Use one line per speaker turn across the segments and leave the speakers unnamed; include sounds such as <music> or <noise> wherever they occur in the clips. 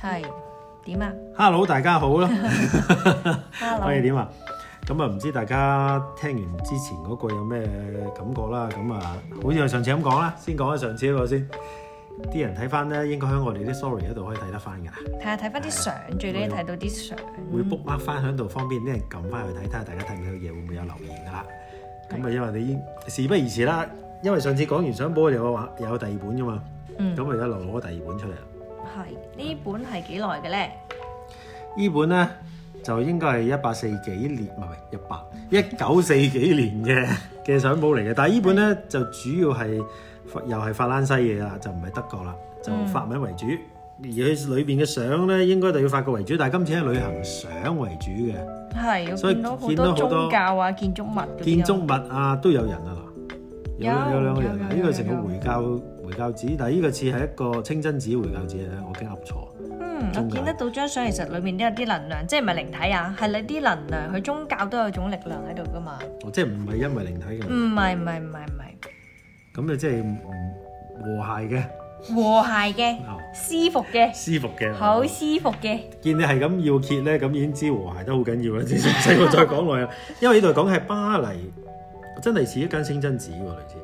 係點啊
Hello，大家好啦，我
<laughs> ？Hello，
哋點啊？咁啊，唔知大家聽完之前嗰個有咩感覺啦？咁啊，好似我上次咁講啦，先講咗上次嗰個先。啲人睇翻咧，應該喺我哋啲 story 嗰度可以睇得翻㗎啦，
睇下睇翻啲相，最緊要睇到啲相。
會 book mark 翻喺度，方便啲人撳翻去睇，睇下大家睇唔睇到嘢，會唔會有留言㗎啦？咁啊，因為你事不宜遲啦，因為上次講完相簿，我哋有話有第二本㗎嘛，
嗯
咁啊一路攞第二本出嚟啦。
係呢本係幾耐嘅咧？
呢本咧就應該係一八四幾年，唔係一八一九四幾年嘅嘅相簿嚟嘅。但係呢本咧就主要係法又係法蘭西嘢啦，就唔係德國啦，就
嗯
法文為主。而佢裏邊嘅相咧，應該就要法國為主，但係今次係旅行相為主嘅，
係，我
所以
見到好
見到
多
好多
宗教啊、建築物嗰啲啊
建築物啊都有人啊嗱，有
有
有兩個人啊，
有有
呢個成
有
個回教回教寺，但係呢個似係一個清真寺回教寺咧，我驚噏錯。
嗯，我
宗教
見得到張相，其實裡面都有啲能量，即係唔係靈體啊，係你啲能量，佢宗教都有種力量喺度噶嘛。
我即係唔係因為靈體
唔
嘅，
係唔係唔係唔係，
咁就即係唔唔和諧嘅。
和諧嘅，
哦
舒服嘅，
舒服嘅。
好舒服嘅。
見你係咁要揭咧，咁已經知和諧得好緊要
<laughs>
啦。之前唔使我再講落去啦，因為呢度講係巴黎，真係似一間清真寺喎，類似。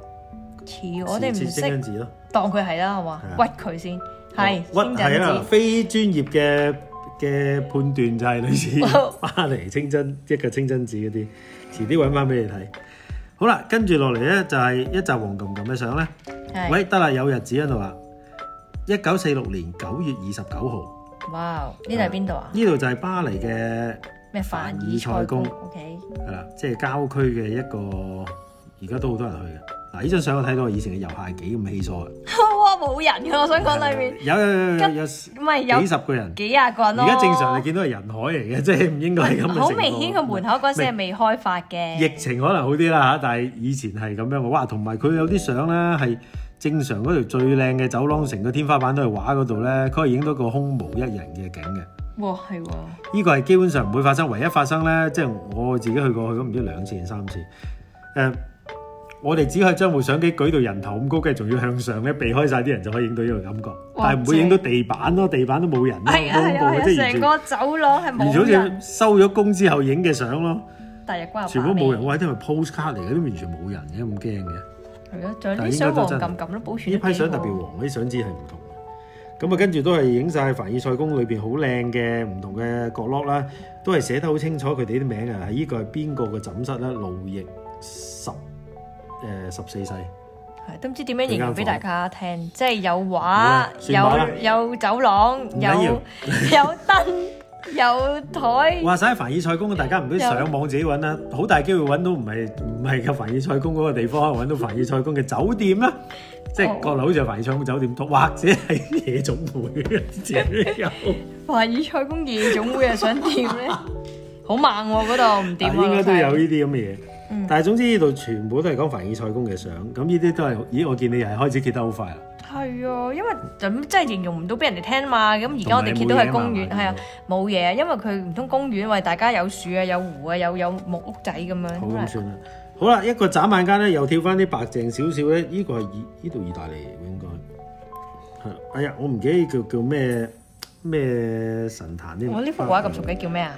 似我哋唔
似似清
識
真寺咯，
當佢係啦，好嘛？屈
係啊
佢先，係
屈係啦，非專業嘅嘅判斷就係
<laughs>
類似巴黎清真一個清真寺嗰啲，遲啲揾翻俾你睇。好啦，跟住落嚟咧就係一集黃冚冚嘅相咧。
係
喂，得啦，有日子喺度啦，一九四六年九月二十九號，
哇！呢度係邊度啊？
呢度就係巴黎嘅。
咩凡爾賽宮？OK，
係啦，即係郊區嘅一個，而家都好多人去嘅。嗱，呢張相我睇到以前嘅遊客係幾咁稀疏嘅，
哇冇人嘅，我想講裏面
有有有有有幾
唔係有
十個人。
幾廿個人咯。
而家正常你見到係人海嚟嘅，即係唔應該係咁嘅情況。
好明顯，佢門口嗰陣時係未開發
疫
嘅。
情可能好啲啦嚇，但係以前係咁樣嘅。哇，同埋佢有啲相咧係正常嗰條最靚嘅走廊，成個天花板都係畫嗰度咧，佢係影到個空無一人嘅景嘅。
哇，係喎。
呢個係基本上唔會發生，唯一發生呢，即係我自己去過去咁唔知兩次定三次。誒、我哋只可以將部相機舉到人頭咁高，跟住仲要向上咧，避開晒啲人就可以影到呢個感覺。
哇
但係唔會影到地板咯，地板都冇人咯，
係啊
好恐
係啊，係
怖嘅，即
啊
係
成
完全
個走廊係
完
冇
全好
人，啊
似收咗工之後影嘅相咯，
但係關
全部都冇人。哇！啲咪 postcard 嚟嘅，都完全冇人嘅，咁驚嘅。
係咯，仲有啲相黃撳撳都保存
呢批相特別黃，呢啲相紙係唔同嘅。咁啊，跟住都係影晒凡爾賽宮裏邊好靚嘅唔同嘅角落啦，都係寫得好清楚佢哋啲名啊。呢個係邊個嘅枕室啦？路易十誒、十四世，
係都唔知點樣形容俾大家聽，即係有畫，
算吧啦
有有走廊，
唔緊
有
要
有燈，有台，
話晒凡爾賽宮，大家唔好上網自己揾啦，好大機會揾到唔係唔係嘅凡爾賽宮嗰個地方，揾到凡爾賽宮嘅酒店啦。即係國內好似係凡爾賽宮酒店多，或者係夜總會，自己有。
凡爾賽宮夜總會又想點
<laughs>
咧？好猛喎！嗰度唔掂
但
啊！嗯
應該都
老細
有呢啲咁嘅嘢。但係總之呢度全部都係講凡爾賽宮嘅相，咁呢啲都係，咦？我見你又係開始揭得好快啦。
係啊，因為咁真係形容唔到俾人哋聽嘛。咁而家我哋見
同
到
埋
係
冇嘢啊嘛
公園，係啊，冇嘢啊，因為佢唔通公園為大家有樹啊、有湖啊、有有木屋仔咁樣。
好咁算啦。好啦，一個眨眼間咧，又跳翻啲白淨少少咧，呢個係意呢度意大利嚟嘅應該係啦。哎呀，我唔記得叫叫咩咩神壇啲。
我呢幅畫咁熟嘅叫咩啊？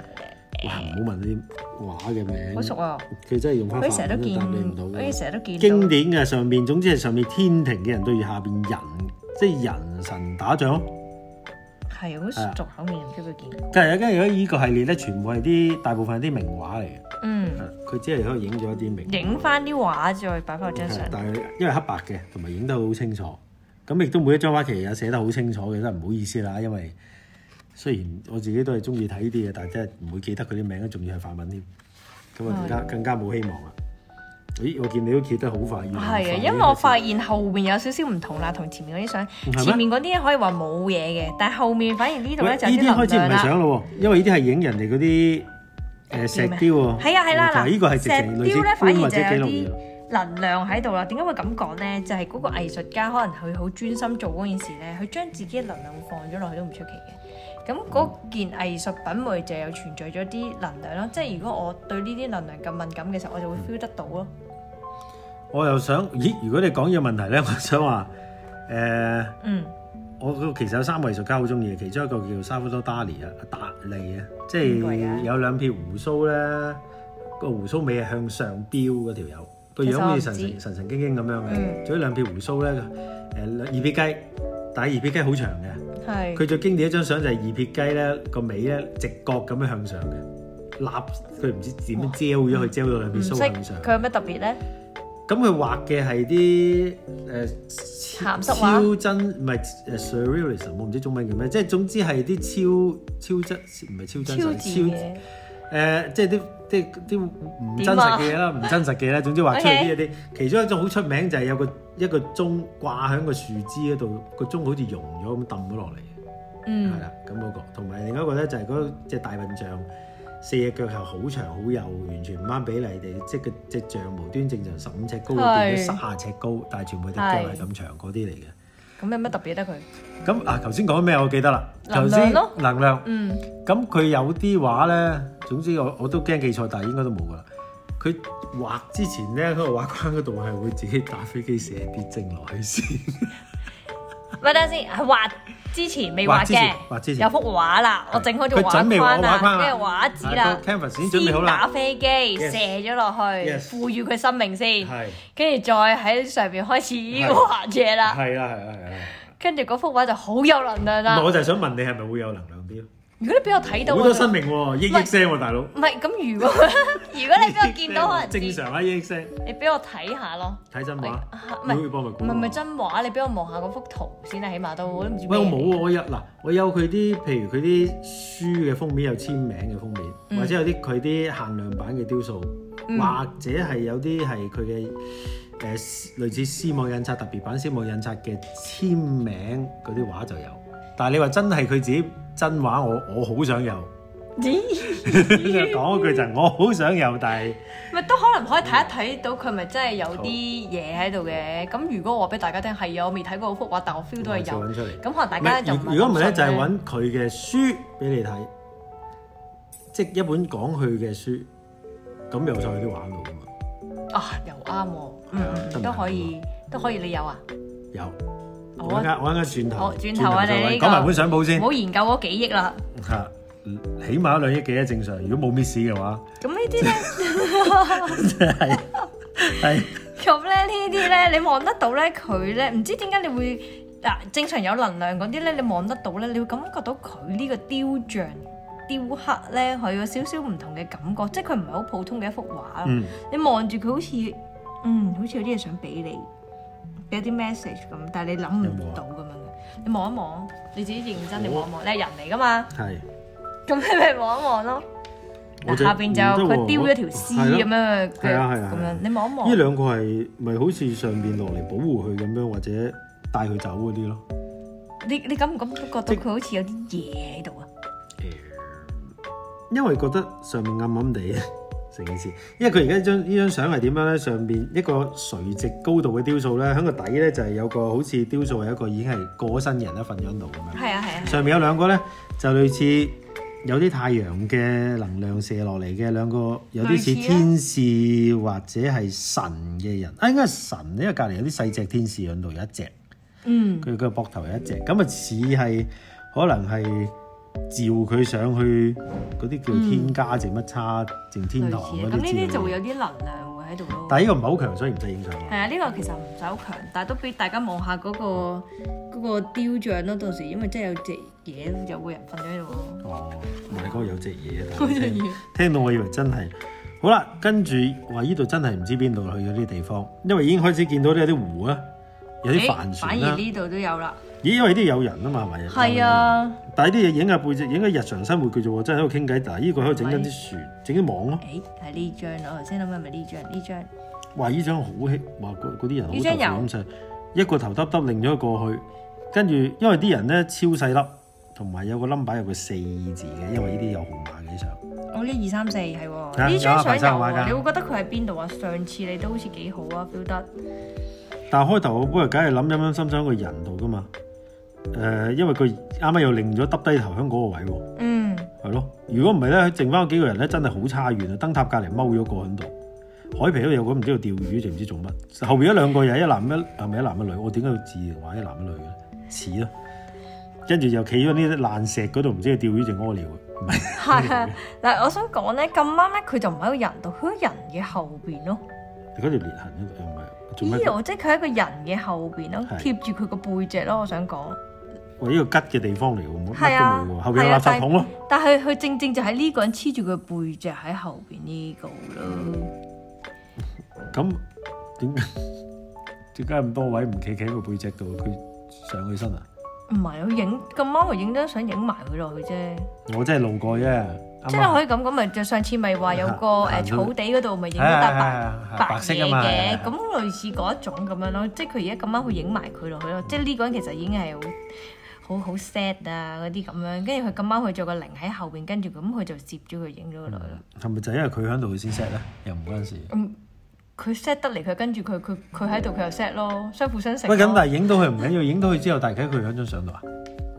哇！唔好問啲畫嘅名。
好熟啊！
佢真係用翻
佢成
法
日都
文
見，
答你唔到
佢
嘅。
成日都見
經
到。
典嘅上面，總之係上面天庭嘅人對住下邊人，即係人神打仗咯。
係好熟口面，唔知佢見。
但係跟住咧，依個系列咧，全部係啲大部分係啲名畫嚟嘅，
嗯，
係佢只係喺度影咗一啲名畫，
影翻啲畫再擺翻張相
係。但係因為黑白嘅，同埋影得好清楚，咁亦都每一張畫其實有寫得好清楚嘅，真係唔好意思啦，因為雖然我自己都係中意睇呢啲嘅，但係真係唔會記得佢啲名，仲要係法文添，咁啊更加更加冇希望啦。咦，我見你都揭得好快，原來
係啊，
快
因為我發現後面有少少唔同啦，同前面嗰啲相。
咩
前面嗰啲可以話冇嘢嘅，但係後面反而呢度咧
喂哦呢
就有啲
啲
能
開始唔
量
係
啦。
相咯喎，因為呢啲係影人哋嗰啲誒石雕喎，
係啊係啦，
但
嗱，
係呢個係直
石
情類
雕
似
咧反
觀或
而
者記
就有
錄嘢
啲。能量喺度啦。點解會咁講咧？就係、嗰個藝術家可能佢好專心做嗰件事咧，佢將自己嘅能量放咗落去都唔出奇嘅。咁嗰件藝術品咪就有存在咗啲能量咯。即係如果我對呢啲能量咁敏感嘅時候，我就會 feel 得到咯。
我又想，咦？如果你講呢個問題咧，我想話誒、
嗯，
<laughs> 我個其實有三個藝術家好中意嘅，其中一個叫沙夫多達利啊，達利啊，即
邊個嚟
係
㗎
有兩撇胡鬚咧，個胡鬚尾係向上飆嗰條友，個
其實
樣好似
我
神
唔
神
知
神神經經咁樣
嗯
嘅，仲有兩撇胡鬚咧，誒兩二撇雞，但係二撇雞好長嘅，
係
佢最經典一張相就係二撇雞咧個尾咧直角咁樣向上嘅，立佢唔知點樣焦咗佢，焦到兩
唔
撇
識
鬚向上。
佢有咩特別咧？
咁佢畫嘅係啲誒
鹹濕畫
超真，唔係誒 surrealism，我唔知中文叫咩，即係總之係啲超超真，唔係超真
超
實，
字嘅
誒即係啲啲啲唔真
點
實
啊
嘅嘢啦，唔真
<laughs>
實嘅嘢啦，總之畫出嚟
OK
啲一啲，其中一種好出名就係有個一個鐘掛喺個樹枝嗰度，個鐘好似溶咗咁抌咗落嚟。係
嗯，
啦，咁嗰、個，同埋另一個咧就係嗰只大笨象，四隻腳係好長好幼，完全唔啱比例地，即係個隻象無端正常十五尺高
係
變咗卅尺高，但係全部隻腳係咁長嗰啲嚟嘅。
咁有咩特別咧？佢
咁啊，頭先講咩我記得啦，頭
能
先
量咯
能量，
嗯
咁佢有啲畫咧，總之我我都驚記錯，但係應該都冇噶啦。佢畫之前咧，喺個畫框嗰度係會自己打飛機射啲精落
<laughs>
去先。
喂，等下先，係畫之前未
畫
畫
之前
嘅，
畫之前
有幅畫啦，我整開咗
佢準備
畫框
畫畫框
啦，
啦
跟住畫紙啦
係個 canvas 已經準備好啦
先打飛機
Yes
射咗落去
Yes
賦予佢生命先，
係
跟住再喺上面開始畫嘢啦，
係啦係啦係啦。
跟住嗰幅畫就好有能量啦
唔係，。我就係想問你係咪會有能量啲咯？
如果你俾我睇到，
好
我
多
就
生命喎，億億聲喎，大佬。
唔係咁，如果 <laughs> 如果你俾我見到，可能
<laughs> 正
知，
常啊，億億聲。
你俾我睇下咯。啊
睇真畫，
唔係
會博物
唔
館
係
喎。
唔係真畫，你俾我望下嗰幅圖先啊啦，起碼都我都唔知咩
喂，
嚟。
我冇喎，我有嗱，我有佢啲，譬如佢啲書嘅封面有簽名嘅封面，
嗯
或者有啲佢啲限量版嘅雕塑，
嗯
或者係有啲係佢嘅誒類似絲網印刷特別版絲網印刷嘅簽名嗰啲畫就有。但係你話真係佢自己真畫，我我好
<laughs>
想有。
咦？
講嗰句就係我好想有，但係。
咪都可能可以睇一睇到佢咪真係有啲嘢喺度嘅。咁如果我話俾大家聽係啊，我未睇過嗰幅畫，但我 feel 到係
我
有。
揾出嚟。
咁可能大
唔
家
係
就
如如果唔係咧，就係
係
揾佢嘅書俾你睇，即係一本講佢嘅書，咁有晒佢啲玩到噶嘛？
啊，又啱喎，
係啊
嗯
得唔得
都可以，都可以，你有啊？
有，
好
我啱
啊，
啱我啱啱轉頭
好，轉頭啊
再
你
揾
呢個
講埋本相簿先
唔好研究嗰幾億
<laughs>
啦。
嚇，起碼兩億幾啊正常。如果冇
<laughs>
miss 嘅話，
咁呢啲咧，
係係
咁咧呢啲咧，你望得到咧，佢咧唔知點解你會嗱正常有能量嗰啲咧，你望得到咧，你會感覺到佢呢個雕像雕刻咧，佢有少少唔同嘅感覺，即係佢唔係好普通嘅一幅畫啦。
嗯
你望住佢好似，嗯，好似有啲嘢想俾你，俾啲 message 咁，但係你諗唔到咁樣嘅。你望一望，你自己認真，你望一望，你係人嚟噶嘛，
係。
<laughs> 咁你咪望一望咯。
我
嗱，
就
下邊就有
唔得
佢
喎
雕咗條絲咁樣嘅，
係啊係啊
咁
係
樣
啊
你望一
呢
望，
兩個係咪好似上邊落嚟保護佢咁樣，或者帶佢走嗰啲咯？
你你感唔感覺到
即
佢好似有啲嘢喺度啊？
呃因為覺得上面暗暗地 <laughs> 成件事，因為佢而家張呢張相係點樣咧？上邊一個垂直高度嘅雕塑咧，喺個底咧就係有個好似雕塑係一個已經係過咗身嘅人咧瞓咗喺度咁
係啊係啊
樣，，上面有兩個咧就類似有啲太陽嘅能量射落嚟嘅兩個，有啲似
類似啊
天使或者係神嘅人，啊應該係神，因為隔離有啲細隻天使喺度有一隻。
嗯，
佢個膊頭有一隻，咁啊似係可能係召佢上去嗰啲叫天家定乜叉定天
嗯類似
堂嗰
啊咁
啲
呢啲
之
就
類
會有
嘅
啲能量會喺度咯。
但係呢個唔係好強，所以唔使影相啦。
係啊，呢、個其實唔使好強，但係都俾大家望下嗰個嗰個雕像咯。到時因為真係有隻嘢有個人瞓咗喺度咯。
哦，唔係嗰個有隻
<laughs>
嘢，啊
好似
聽聽到我以為真係。好啦，跟住話呢度真係唔知邊度去咗啲地方，因為已經開始見到呢有啲湖啊，有啲帆
反
船
而
啦。
呢度都有啦。
咦，因為呢啲有人啊嘛，係咪？
係。啊，
但係呢啲嘢影下背脊，影下日常生活嘅啫喎，真係喺度傾偈。嗱，呢個喺度整緊啲船，整啲網咯。
誒係呢張我頭先諗係咪呢張？呢張
哇！依張好興，哇！嗰嗰啲人好
呢張有
頭咁細，一個頭耷耷擰咗過去，跟住因為啲人咧超細粒，同埋有個 number 有個四字嘅，因為呢啲有號碼嘅相。
我呢二三四係
啊
喎，呢張
有啊
相
白
有
色畫㗎
喎，你會覺得佢喺邊度啊？上次你都好似幾好啊，feel 得
<laughs> 但係開頭我本來梗係諗陰陰心心個人度噶嘛，誒、因為佢啱啱又擰咗耷低頭喺嗰個位喎，
嗯
係咯。如果唔係咧，剩翻嗰幾個人咧真係好差遠啊！燈塔隔離踎咗個喺度，海皮都有個唔知道釣魚定唔知做啊乜，後邊一兩個又係一男一係咪一男一女？我點解要字畫一男一女嘅咧？似咯。跟住又企咗呢啲爛石嗰度，唔知佢釣魚定屙尿嘅，唔係
係啊，嗱，我想講咧，咁啱咧，佢就唔喺個人度，佢喺人嘅後邊咯。
嗰條裂痕嗰度，唔係做
呢
咩？
度即係佢喺個人嘅後邊咯，
係
貼住佢個背脊咯。我想講，
喂，呢個吉嘅地方嚟喎，乜
係啊
乜都冇喎，後邊有
係啊
垃圾桶咯。
但係佢正正就喺呢個人黐住佢背脊喺後邊呢個咯。
咁點解 <laughs> 點解咁多位唔企企喺個背脊度？佢上起身啊！
唔係，佢影咁啱，佢影張相影埋佢落去啫。
我真係路過啫，啱
即係
啱
可以咁講，咪就上次咪話有個誒
行到
草地嗰度咪影咗
係啊
笪白
係係係
白
白色
嘢
㗎嘛係
嘅，
係
咁類似嗰一種咁樣咯。即係佢而家咁啱佢影埋佢落去咯。即係呢個人其實已經係好好好 sad 啊嗰啲咁樣，跟住佢咁啱佢做個零喺後邊，跟住咁佢就攝咗佢影咗佢落去咯。
係咪就因為佢喺度佢先 set 咧？又唔關事。
嗯，佢 set 得嚟，佢跟住佢佢佢喺度，佢又 set 咯，相輔相成咯。
喂，咁但係影到佢唔緊要，影到佢之後，大家佢喺張相
<laughs>
度啊？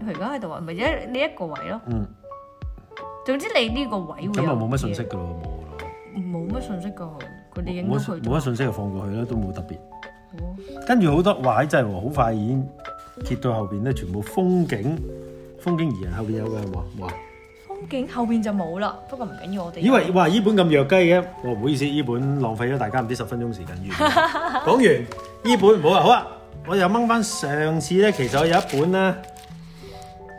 佢而家喺度話，咪一呢一個位咯。
嗯，
總之你呢個位會
咁
有
啊冇乜信息，㗎咯，冇㗎咯。
冇乜信息噶佢，佢哋影到
冇
佢啊
乜
就
冇乜信息就放過去啦，都冇特別。
好啊
跟住好多哇！真係喎，好快已經揭到後邊咧，全部風景風景怡人後邊有嘅係嘛？哇！
風景後邊就冇啦，不過唔緊要，我哋
以為哇！呢本咁弱雞嘅，我唔好意思，呢本浪費咗大家唔知十分鐘時間。
<laughs>
完講完呢本唔好啊，好啊，我又掹翻上次咧，其實我有一本咧，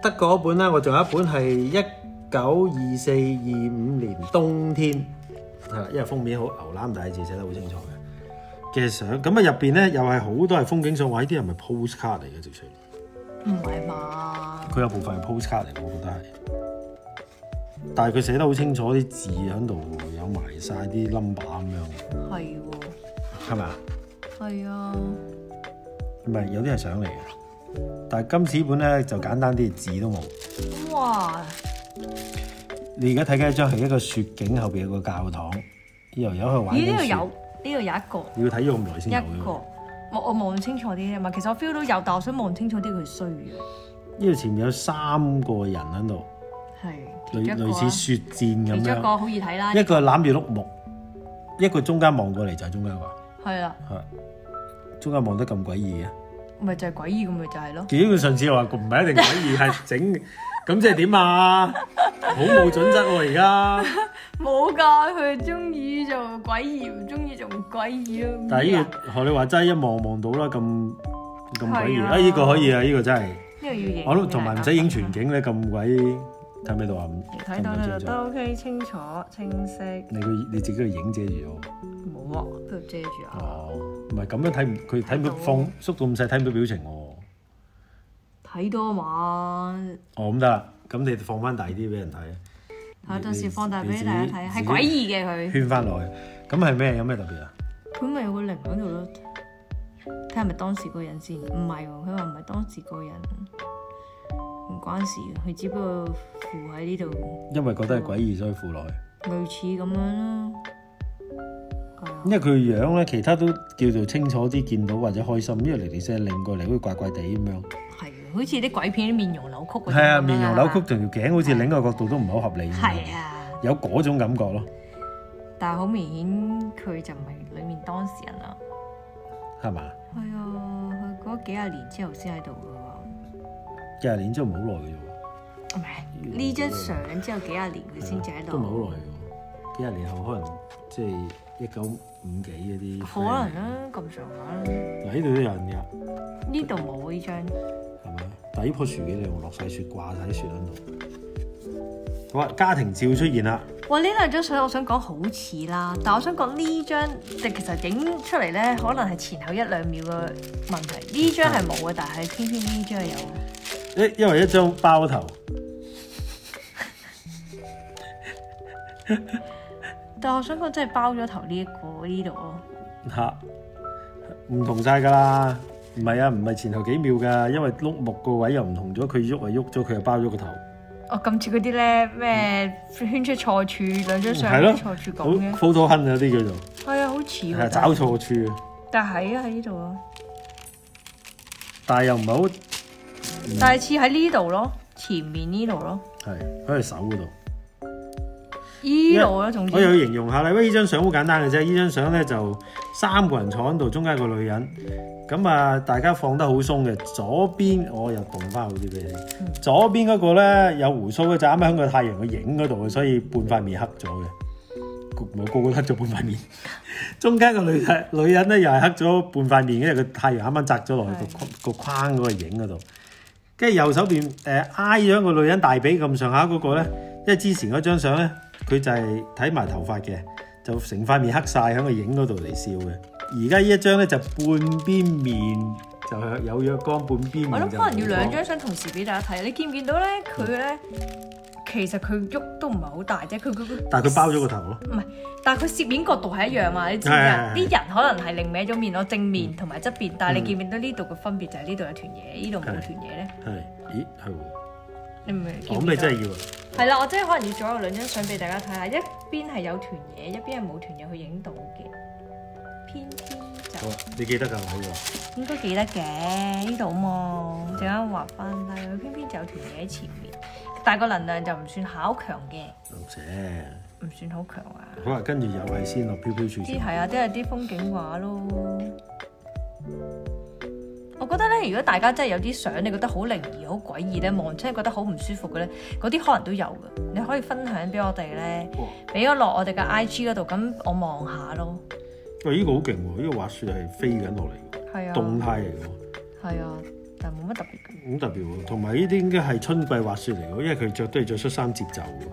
得嗰本咧，我仲有一本係一九二四二五年冬天，係啦，因為封面好牛腩大字寫得好清楚嘅嘅相，咁啊入邊咧又係好多係風景相，哇！呢啲係咪 postcard 嚟嘅直情？
唔係嘛？
佢有部分係 postcard 嚟，我覺得係。但係佢寫得好清楚，啲字喺度有埋晒啲 number 咁樣，
係喎，
係咪啊？
係啊，
唔係有啲係相嚟嘅，但係今次本咧就簡單啲，字都冇。
哇！
你而家睇緊一張係一個雪景，後邊有個教堂，呢度有去玩緊
咦？呢度
雪
有呢度有一個
你要睇咗咁耐先有
一個
嘅。，
我我望清楚啲啊嘛。其實我 feel 到有，但我想望清楚啲佢衰嘅，
呢度前面有三個人喺度，
係
類類似雪戰
其
咁
中一
樣，
個好易睇啦，
一個攬住碌木，一個中間望過嚟就係中間話，
係啦，
係中間望得咁詭異嘅。
咪就係詭異咁咪就係咯。
屌！上次話唔係一定鬼異，係整 <laughs> 咁即係點啊？好冇準則喎而家。
冇㗎，佢中意就詭異，唔中意就唔詭異咯。
但係呢個學你話齋一望望到啦，咁咁鬼異
係啊
啊！呢個可以啊，呢個真係
呢個要影，
我都同埋唔使影全景咧，咁鬼睇唔睇到啊？
睇到
咁
咧
鬼
就都
清楚
OK，清楚清晰，
你個你自己個影遮住咗。
冇啊，佢遮住啊。
哦，唔係咁樣睇唔佢睇唔
睇
到
到
放縮到咁細，睇唔到表情喎。
睇多晚，
哦，咁得啦，咁你放翻大啲俾人睇，
睇陣時放大俾
你自
大家睇，係
自己
詭異嘅佢，
圈翻落去。咁係咩？有咩特別啊？
佢咪有個靈喺度咯。睇下係咪當時個人先，唔係喎，佢話唔係當時個人，唔關事嘅，佢只不過附喺呢度，
因為覺得係詭異，所以附落去。
類似咁樣啦。係啊，
因為佢個樣咧，其他都叫做清楚啲見到或者開心，因為嚟嚟聲擰過嚟，好似怪怪地咁樣。
係啊，好似啲鬼片啲面容扭曲嗰種
係啊，
咁樣
面容扭曲，仲條頸好似擰個角度都唔係好合理。
係，啊。
有嗰種感覺咯。
但係好明顯佢就唔係裡面當事人啦。
係嘛？
係啊，佢嗰幾廿年之後先喺度嘅喎。
廿年之後唔係好耐嘅啫
唔係呢張相之後幾廿年佢先至喺
喎，都唔係
度。
好耐嘅喎。幾廿年後可能即係一九五幾嗰啲 friend。
可能啦，咁上下啦。
嗱，呢度都有人㗎，
呢度冇呢張，
係咪？但係呢棵樹幾靚，落晒雪，掛晒啲雪喺度。好啊，家庭照出現啦。
哇！呢兩張相我想講好似啦，但我想講呢張，即其實影出嚟咧，可能係前後一兩秒嘅問題。呢張係冇嘅，啊但係偏偏呢張有。
因因為一張包頭，
但我想講真係包咗頭呢一個呢度咯。
嚇，唔同晒㗎啦。唔係啊，唔係前後幾秒㗎，因為碌木個位又唔同咗，佢喐啊喐咗，佢又包咗個頭，
哦，咁似嗰啲咧咩圈出錯處，兩張相
嗯係咯
錯處
好
咁嘅，
photo 痕嗰啲叫做
係啊，好似喎
係找，錯處，
但係啊喺呢度啊，
但係又唔係好
但係似喺呢度咯，前面呢度咯，
係喺佢手嗰度。
呢度咯，總
我又
之
要形容下啦，喂，呢張相好簡單嘅啫，呢張相咧就三個人坐喺度，中間一個女人，咁啊，大家放得好鬆嘅，左邊我又動翻好啲俾你。左邊嗰個咧有胡鬚嘅，就啱啱喺個太陽嘅影嗰度，所以半塊面黑咗嘅。個我個個都黑咗半塊面。中間個女仔女人咧又係黑咗半塊面，因為個太陽啱啱擲咗落去個框個框嗰個影嗰度。跟住右手邊誒、呃挨咗個女人大髀咁上下嗰個咧，因為之前嗰張相咧，佢就係睇埋頭髮嘅，就成塊面黑晒喺個影嗰度嚟笑嘅。而家呢一張咧就半邊面就有若干，半邊面
我諗
就
可能要
冇
兩
光
張相同時俾大家睇，你見唔見到咧？佢咧
嗯
其實佢喐都唔係好大啫，佢佢佢
但係佢包咗個頭咯。
唔係，但係佢攝影角度係一樣嘛，你知
係
啊
係係？嗯
啲人可能係另歪咗面咯，正面同埋側邊，但係你見唔見到呢度嘅分別就係呢度有團嘢，呢度冇團嘢咧？
係，咦係喎，
你明唔明？
咁你真係要啊！
係啦，我真係可能要左右兩張相俾大家睇下，一邊係有團嘢，一邊係冇團嘢去影到嘅，偏偏就
好啊，你記得㗎好喎。
應該記得嘅呢度嘛，陣間畫翻低，佢偏偏就有團嘢喺前面，但係個能量就唔算好強嘅，
六姐，
唔算好強啊。
哦好啊，跟住又係先落飄飄處處
啲。係啊，都係啲風景畫咯。我覺得咧，如果大家真係有啲相，你覺得好靈異、好詭異咧，望真係覺得好唔舒服嘅咧，嗰啲可能都有嘅。你可以分享俾我哋咧
哇，
俾咗落我哋嘅 I G 嗰度，咁我望下咯。
喂，呢個好勁喎！呢個滑雪係飛緊落嚟嘅
係
喎，
啊，
動態嚟嘅喎，
係啊，但係冇乜特別嘅。
好特別喎。同埋呢啲應該係春季滑雪嚟嘅喎，因為佢着都係着恤衫接袖嘅。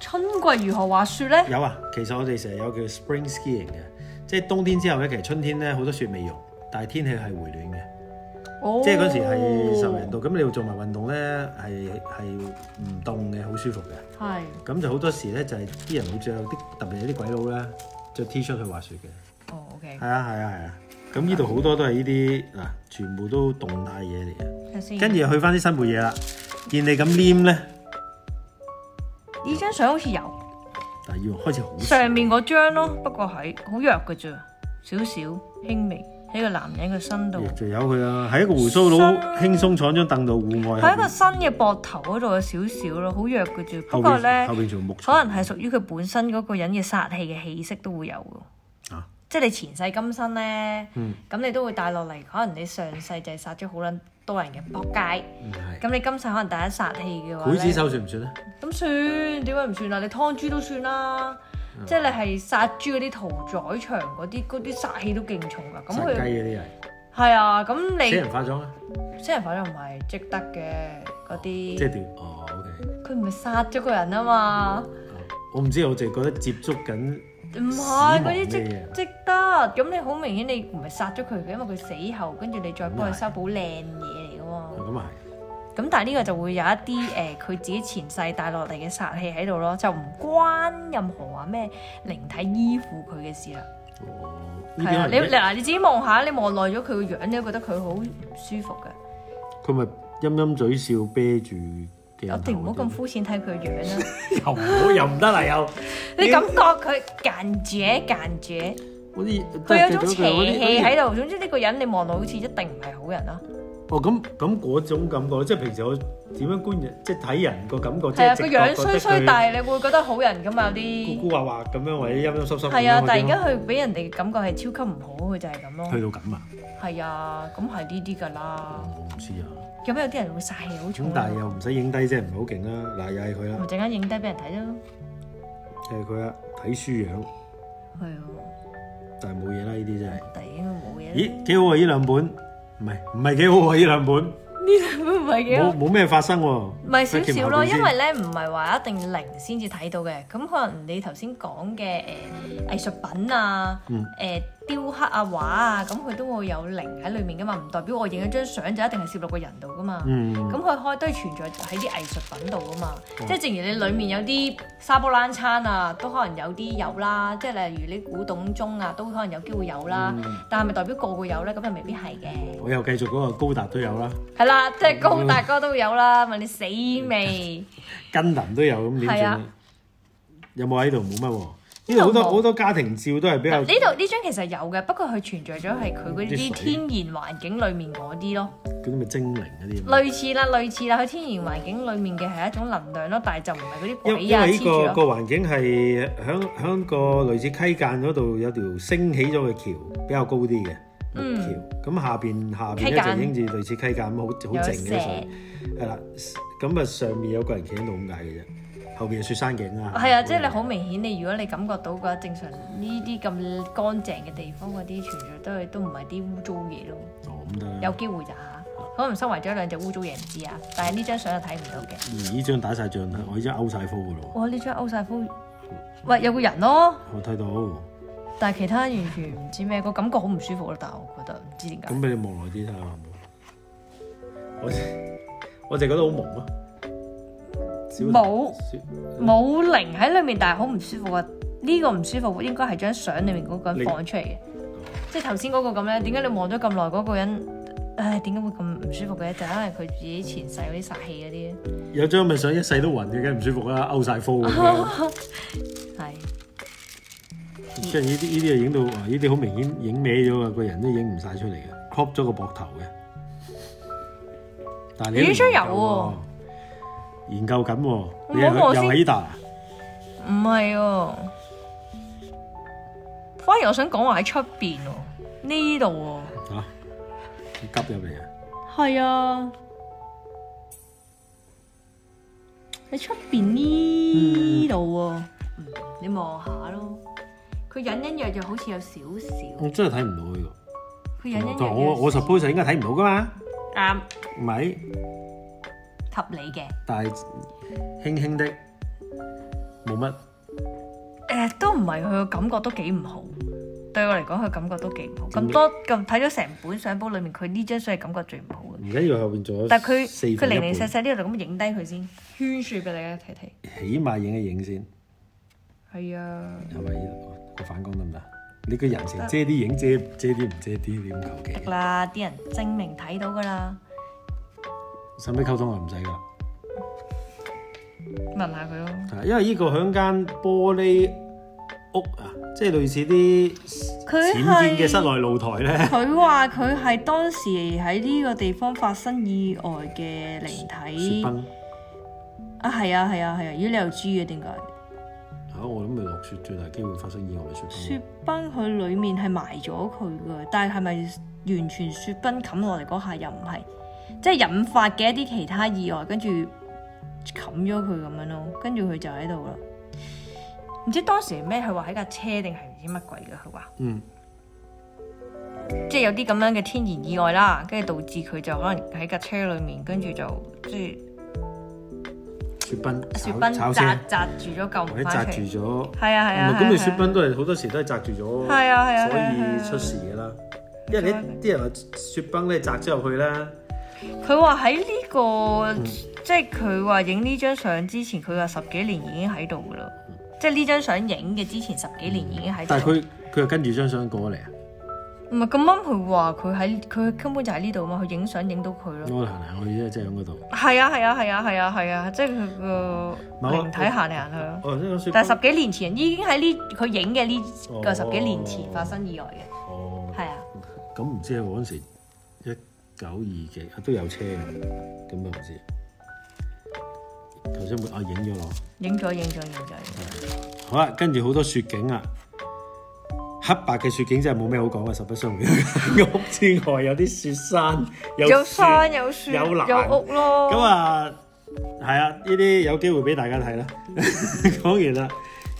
春季如何滑雪咧？
有啊，其實我哋成日有叫 spring skiing 嘅，即係冬天之後咧，其實春天咧好多雪未融，但係天氣係回暖嘅。
哦
即係嗰時係十零度，咁你要做埋運動咧，係係唔凍嘅，好舒服嘅。
係
咁就好多時咧，就係、啲人會着啲特別係啲鬼佬咧，着 T 恤去滑雪嘅。
哦，OK，
係啊係啊係啊！咁呢度好多都係呢啲嗱，全部都動態嘢嚟嘅。
睇下先。
跟住又去翻啲新背嘢啦，見你咁黏咧，
呢張相好似有。
但係要開始好少
上面嗰張咯，不過係好弱嘅啫，少少輕微喺個男人嘅身度，
就由佢啦。喺一個胡鬚佬輕鬆坐張凳度戶外，
喺一個新嘅膊頭嗰度有少少咯，好弱嘅啫。不
後
過
邊
咧
後，邊仲有木材
可能係屬於佢本身嗰個人嘅殺氣嘅氣息都會有嘅。
啊
即係你前世今生咧，咁、
嗯
你都會帶落嚟。可能你上世就係殺咗好撚多人嘅仆街，
嗯係
咁你今世可能第一殺氣嘅話
劊子
咧，
手算唔算咧？
咁算點解唔算啊？你劏豬都算啦，
嗯
即係你係殺豬嗰啲屠宰場嗰啲，嗰啲殺氣都勁重㗎。咁
殺雞
佢
嗰啲人，
係啊，咁
死
你
人化妝啊，
死人反正唔係積得嘅嗰
即係
啲，
點？哦，OK。
佢唔係殺咗個人啊嘛，
我唔知，我淨係覺得接觸緊
唔係
死亡
嗰啲
咩
積積得。咁你好明顯你唔係殺咗佢嘅，因為佢死後跟住你再幫佢修補靚嘢嚟㗎嘛。
咁啊
咁但係呢個就會有一啲誒佢自己前世帶落嚟嘅殺氣喺度咯，就唔關任何話咩靈體依附佢嘅事啦。
係，哦呢
係啊，
啲
你
可能
嗱你自己望下，你望耐咗佢個樣，你都覺得佢好舒服嘅。
佢咪陰陰嘴笑啤住嘅。
我哋唔好咁膚淺睇佢個樣
<laughs>
啦，
又唔好又唔得啦又。
你感覺佢間姐間姐，
嗰啲
佢有種邪氣
度。
喺度。總之呢個人你望落好似一定唔係好人啦。
哦咁咁嗰種感覺，即係平時我點樣觀人，即係睇人個感覺，即
係啊，
係
個
直
樣
覺覺
衰
得
衰，
佢
但係你會覺得好人噶嘛有啲
咕。咕滑滑咁樣，或者陰陰濕濕咁樣嗰啲咯。
係啊，但係而家佢俾人哋嘅感覺係超級唔好，佢就係咁咯。
去到咁啊，
係啊，咁係呢啲㗎啦。
我唔知啊。
咁有啲人會殺氣好
咁
重啊，
但係又唔使影低啫，唔係好勁啦。嗱，又係佢
咪
啦，
陣間影低俾人睇咯。
又係佢啦，睇書樣，
係啊，
但係冇嘢啦，呢啲真係。
但係應該冇嘢啦。
咦，幾好喎！呢兩本唔係唔係幾好喎！呢兩本
呢 <laughs> 兩本唔係幾好
冇。冇咩發生喎，
咪少少咯，
不如
因
先
為咧唔係話一定零先至睇到嘅，咁可能你頭先講嘅誒藝術品啊、誒、
嗯
雕刻啊、畫啊，咁佢都會有靈喺裡面噶嘛，唔代表我影一張相就一定係攝落個人度噶嘛。
嗯
咁佢開堆存在就喺啲藝術品度噶嘛，
嗯
即係正如你裡面有啲沙煲冷餐啊，都可能有啲有啦，即係例如你古董鐘啊，都可能有機會有
嗯
啦。但係咪代表個個有咧？咁又未必係嘅。
我又繼續嗰個高達都有啦，
係啦，即係
嗯
高大哥都有啦，問你死未？
根林都有咁點
係
算
啊
啊？有冇喺度冇乜喎？呢度好多
冇
好多家庭照都係比較
嗱呢度呢張其實有嘅，不過佢存在咗係佢嗰啲
啲水
天然環境裡面嗰啲咯，
嗰啲咪精靈嗰啲啊，
類似啦，類似啦，佢天然環境裡面嘅係一種能量咯，但係就唔係嗰啲
因
鬼
因
啊黐
為呢個
住
個
咯，
環境係響響個類似溪澗嗰度有條升起咗嘅橋，比較高啲嘅，唔
嗯
橋，咁下邊下邊
溪
咧
澗
就應至類似溪澗咁，好
有
好靜嘅水，係啦。咁啊上面有個人企喺度咁解嘅啫，後邊係雪山景啊。
係啊，即係你好明顯，你如果你感覺到嘅話，正常呢啲咁乾淨嘅地方嗰啲存在都係都唔係啲污糟嘢咯，
哦咁得啦
有機會咋嚇，可能收埋咗兩隻污糟嘢唔知啊，但係呢張相係睇唔到嘅。
咦呢張打晒仗啦，我呢張勾晒科嘅咯，
哇！呢張歐晒
嗯
夫，喂有個人咯，
我睇到，
但係其他完全唔知咩，個感覺好唔舒服咯。但係我覺得唔知點解
咁俾你望耐啲睇下有冇。我我就覺得好朦啊咯，小
冇
小
冇靈喺裏面，但係好唔舒服啊！呢、個唔舒服應該係張相裡面嗰個人放出嚟嘅，即係頭先嗰個咁咧。點解你望咗咁耐嗰個人？唉，點解會咁唔舒服嘅？就係因為佢自己前世嗰啲殺氣嗰啲，
有張咪想一世都暈嘅，梗係唔舒服啦，勾晒科咁樣。
<laughs> 係
即係呢啲呢啲就影到，哇呢啲好明顯影歪咗啊！個人都影唔晒出嚟嘅，crop 咗個膊頭嘅。但係你都
咦張有
研究喎，研究緊喎，你
冇我
係
先
又係呢笪啊？
唔係喎？反而我想講話喺出邊喎，呢度
嚇！你急入嚟啊！
喎，係啊，喺出邊呢度喎，嗯你望下咯，佢隱隱約約好似有少少。
我真係睇唔到呢
佢隱隱
個。
約
我我 suppose 就應該睇唔到噶嘛，
啱
唔係？
合理嘅，誒、
但係輕輕的，冇乜。
都唔係佢個感覺都幾唔好，對我嚟講佢感覺都幾唔好。咁
點解
多咁睇咗成本相簿裏面，佢呢張相係感覺最唔好嘅。
唔緊要，後邊仲有
但係
四
佢佢
分一
零零細
半
細呢度咁影低佢先，圈住俾大家睇睇。
起碼影一影先，
係啊，
係咪呢度？個反光得唔得？你個人成遮啲影遮遮啲唔遮啲，你咁求其
得。啦，啲人證明睇到噶啦，
使唔使溝通啊？唔使噶，
問下佢咯。
係因為呢個響間玻璃屋啊，即係類似啲
佢
淺見嘅室
係
內露台咧，
佢話佢係當時喺呢個地方發生意外嘅靈
雪
體
崩
啊，係啊係啊係啊，咦你又知嘅點解？
嗯嚇，啊我諗咪落雪最大機會發生意外咪雪崩
雪崩佢裡面係埋咗佢嘅，但係係咪完全雪崩冚落嚟嗰下又唔係，即係引發嘅一啲其他意外，跟住冚咗佢咁樣咯，跟住佢就喺度啦。唔知當時係咩？佢話喺架車定係唔知乜鬼嘅？佢話
嗯，
即係有啲咁樣嘅天然意外啦，跟住導致佢就可能喺架車裡面，跟住就即
雪崩
係啊雪
炒
崩
炒
砸
車，
砸住咗救
或
唔翻
者擲
出嚟。
住咗，
係啊係
唔係
啊，
咁
係
你
啊
雪崩都係好多時都係擲住咗，
係啊係啊係啊係啊啊
所以出事嘅啦。因為你啲人話雪崩咧擲咗入去啦，
佢話喺呢個，
嗯
即係佢話影呢張相之前，佢話十幾年已經喺度噶啦，即係呢張相影嘅之前十幾年已經喺
但係
度。
佢佢又跟住張相過嚟啊！
唔係咁啱，佢話佢喺佢根本就喺呢度嘛，佢影相影到佢咯。
我行嚟行去啫，即係喺嗰度。
係啊係啊係啊係啊係啊，即係佢個
冇
靈體行嚟行去咯。
哦，即係個雪
但係
崩。
十幾年前已經喺呢佢影嘅呢個
哦
十幾年前發生意外嘅，
哦
係啊。
咁唔知啊，我嗰陣時一九二幾啊都有車嘅，咁啊唔知。頭先咪啊影咗咯，
影咗影咗影咗影咗，
好啦，跟住好多雪景啊，黑白嘅雪景真係冇咩好講啊，實不相瞞。 <laughs> 屋之外有啲雪山，有
有
雪
山有樹
有欄
有屋咯。
咁啊，係啊，呢啲有機會俾大家睇啦。 <laughs> 講完啦，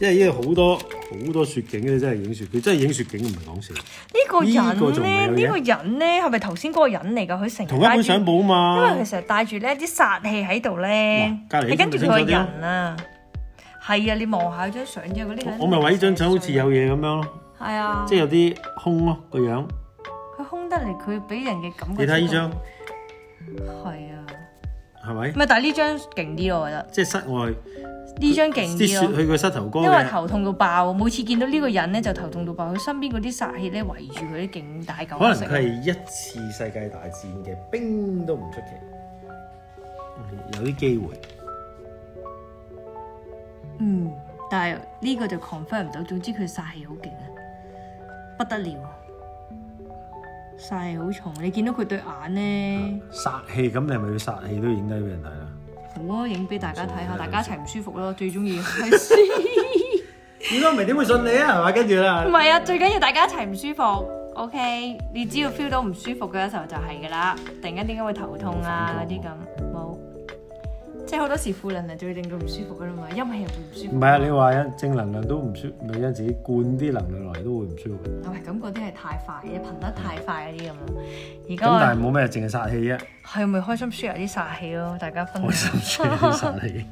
因為呢度好多好多雪景嘅，真係影雪，佢真係影雪景唔係講笑。
呢個
呢個仲
人
係
咧，呢
有嘢
個人咧係咪頭先嗰個人嚟㗎？佢成
同
日
一
帶
本
住，
相簿嘛。
因為佢成日帶住呢啲殺氣喺度咧
嗱，隔離
你跟住佢個
呢張咪清楚啲
人啊，係啊，你望下張相啫，嗰啲
我我咪話呢張相好似有嘢咁樣咯，
係啊，
即係有啲空咯個樣。
佢空得嚟，佢俾人嘅感覺。
你睇呢張
係啊，
係咪
唔？係但係呢張勁啲咯，我覺得
即係室外
呢張勁
啲雪
啲咯，
去佢膝頭哥
因為
嘅。
頭痛到爆，每次見到呢個人咧就頭痛到爆，佢身邊嗰啲殺氣咧圍住佢啲勁大嚿。啊
可能佢係一次世界大戰嘅兵都唔出奇，有啲機會。
嗯，但係呢個就 confirm 唔到，總之佢殺氣好勁啊，不得了，殺氣好重。你見到佢對眼咧，
殺氣咁，你係咪要殺氣都影低俾人睇啦？
好啊，影俾大家睇下，
冇錯
大家一齊唔舒服咯，最中 <laughs> 意係先。
如果唔係點會信你啊？係嘛？跟住啦
唔。係啊，最緊要大家一齊唔舒服。 OK，你只要 feel 到唔舒服嘅時候就係㗎啦。突然間點解會頭痛啊嗰啲咁冇，即係好多時負能量就會令到唔舒服㗎啦嘛，因為又會唔舒服。
唔係啊，你話有正能量都唔舒，咪有陣時灌啲能量落嚟都會唔舒服。咁
唔係咁嗰啲係太快嘅，頻得太快嗰啲咁啊。而家
但
我
係冇咩，淨係殺氣啫，
係咪開心 share 啲殺氣咯？大家分
開
享。
心嘅殺氣。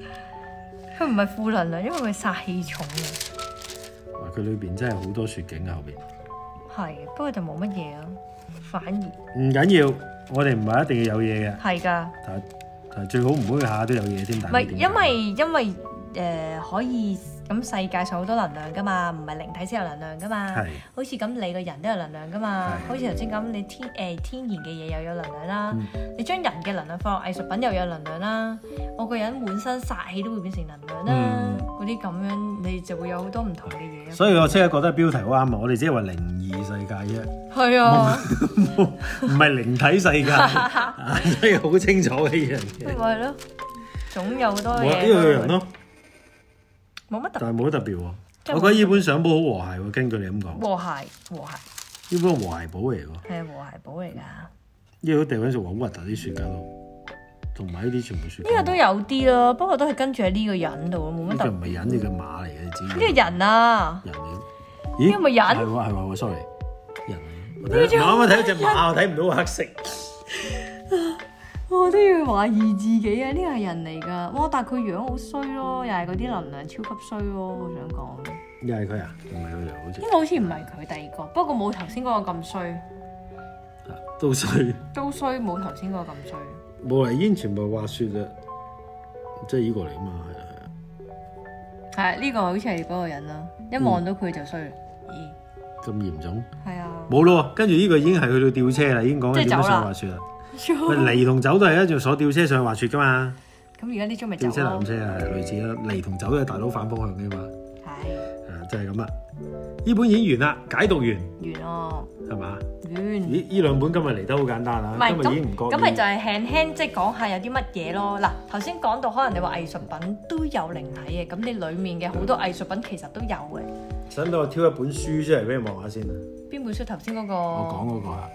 佢唔係負能量，因為佢殺氣重啊。
哇啊佢裏邊真係好多雪景啊，後邊。
係，不過就冇乜嘢咯，反而
唔緊要，我哋唔係一定要有嘢嘅，
係㗎。
但係但係最好唔好下下都有嘢添。
唔
但
係
係點解
因為因為誒、呃可以咁世界上好多能量噶嘛，唔係靈體先有能量噶嘛
係。
好似咁你個人都有能量噶嘛，
係
好似頭先咁你天誒、呃天然嘅嘢又有能量啦，
嗯
你將人嘅能量放落藝術品又有能量啦，我個人本身殺氣都會變成能量啦
嗯，
嗰啲咁樣你就會有好多唔同嘅嘢咯。
所以我即刻覺得標題好啱啊！我哋只係話靈異世界啫， <laughs>
係啊，
唔係靈體
<laughs>
世界，啊所以好清楚嘅呢樣
咪
嘢。
係咯，總有好多
冇啊呢
嘢
個人
咯，
咯，
冇乜特
但係冇得特別喎。
真係冇
我覺得呢本相簿好和諧喎，根據你咁講，呢
和諧和諧
本係和諧簿嚟喎。
係啊和諧寶嚟㗎。
呢個地方就話好核突啲雪茄咯，同埋呢啲全部雪茄。
呢個都有啲咯，不過都係跟住喺呢個人度，冇乜
呢
特別。
個唔係人，呢個
嗯
馬嚟嘅，你知
呢個人啊，
人嚟嘅。
呢
咦？
個咪人
係喎係喎係喎，sorry，人嚟嘅。我
呢
睇
張
我啱啱睇到只馬，我睇唔到黑色。
我都要懷疑自己啊！呢個係人嚟㗎，哇！但係佢樣好衰咯，又係嗰啲能量超級衰咯，我想講。呢
又係佢啊？唔係佢嚟，好似
個好似唔係佢第二個，不過冇頭先嗰個咁衰，
<laughs> 啊都衰。
都衰冇頭先嗰個咁衰。
冇嚟已經全部話雪啦，即係呢個嚟啊嘛，係啊係啊。
係啊，呢個好似係嗰個人啦，一望到佢就衰。咦？
咁嚴重？
嗯係啊，
冇咯，跟住呢個已經係去到吊車啦，已經講緊
即係
點樣
走啦
上滑雪啦。
<laughs>
喂，
咁
離同走都係一樣坐吊車上滑雪噶
啊
嘛，
而家呢張咪走
吊車
咯
纜。車啊，係類似啦。離同走都係大佬反方向嘅嘛，
係
誒就係咁啦。呢本已經完啦，解讀完
完咯，
係嘛？
完。
咦，呢兩本今日嚟得好簡單啦
唔，
今
係
日已經唔覺意
咁，咁咪就係輕輕即係講下有啲乜嘢咯。嗱，頭先講到可能你話藝術品都有靈體嘅，咁你裡面嘅好多藝術品其實都有嘅。
使唔使我挑一本書出嚟俾你望下先啊？
邊本書頭先嗰個？
我
哦，
講嗰個啊。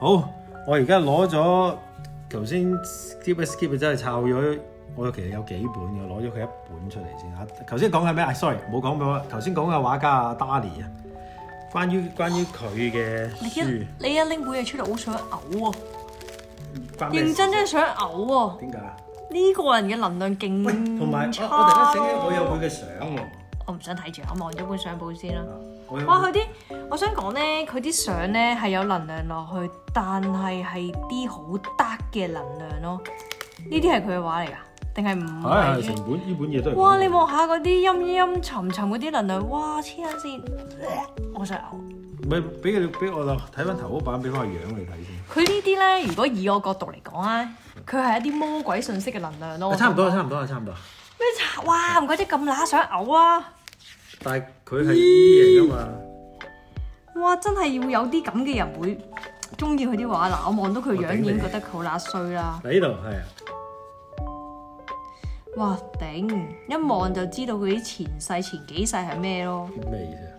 好啊，
好，我而家攞咗頭先 skip 一 skip 真係抄咗，我其實有幾本嘅，攞咗佢一本出嚟先嚇。頭先講緊咩啊？sorry，冇講俾我。頭先講嘅畫家啊 Dali 啊，關於關於佢嘅
你
書
一，你一拎本嘢出嚟，好想嘔啊！
關咩
認
事
真真係想嘔啊！
點解啊？
呢個人嘅能量
喂，
勁
同埋我
差
我突然間醒起，我有佢嘅相喎。
我唔想睇住，我望咗本相簿先啦。
我有
哇！佢啲，我想講咧，佢啲相咧係有能量落去，但係係啲好得嘅能量咯。呢啲係佢嘅畫嚟㗎，定係唔
係
係
係成
先？
本呢本嘢都係。
哇！你望下嗰啲陰陰沉沉嗰啲能量，哇！黐撚線，我想嘔。
咪俾佢俾我啦，睇翻頭嗰版，俾翻個樣你睇先。
佢呢啲咧，如果以我角度嚟講啊，佢係一啲魔鬼信息嘅能量咯。
啊差唔多，差唔多，差唔多。
咩茶？哇！唔怪得咁乸想嘔啊！
但係佢係啲嘢㗎嘛。
哇！真係要有啲咁嘅人會中意佢啲畫嗱，我望到佢
我頂
樣
你
已經覺得佢好乸衰啦。
嗱呢度係啊。
哇頂！一望就知道佢啲前世前幾世係咩咯，
咩意思啊？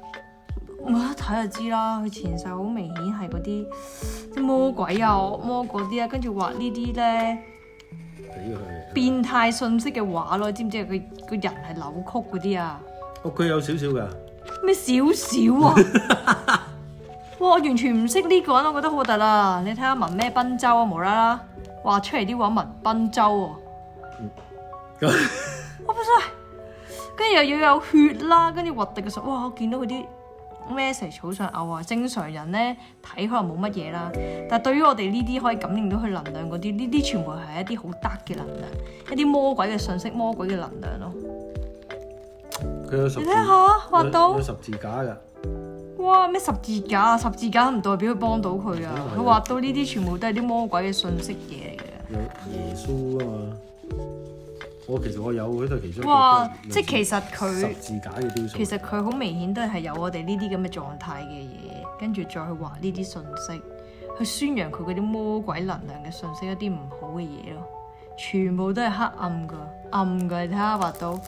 我一睇就知啦。佢前世好明顯係嗰啲啲魔鬼啊、惡魔嗰啲啊，跟住畫呢啲咧
俾佢
變態信息嘅畫咯，知唔知啊？佢個人係扭曲嗰啲啊，
哦，佢有少少噶，
咩少少啊！哇！我完全唔識呢個人，我覺得好核突啊！你睇下文咩賓州啊，無啦啦畫出嚟啲畫文賓州喎、我不衰，跟住又要有血啦，跟住核突嘅時候，哇！我見到佢啲 message 好想嘔啊！正常人咧睇可能冇乜嘢啦，但係對於我哋呢啲可以感應到佢能量嗰啲，呢啲全部係一啲好得嘅能量，一啲魔鬼嘅信息、魔鬼嘅能量咯。
佢有十
你
字
睇下畫
有
到
有，十字架噶，
哇！咩十字架啊？十字架唔代表佢幫到佢啊！佢畫到呢啲全部都係啲魔鬼嘅信息嘢嚟嘅。
有耶穌啊嘛。我其實我有喺度其中一個
哇！
類
即
似
係其實佢
十字架嘅雕塑，
其實佢好明顯都係有我哋呢啲咁嘅狀態嘅嘢，跟住再去畫呢啲信息，去宣揚佢嗰啲魔鬼能量嘅信息，一啲唔好嘅嘢咯，全部都係黑暗噶，暗噶，你睇下畫到斷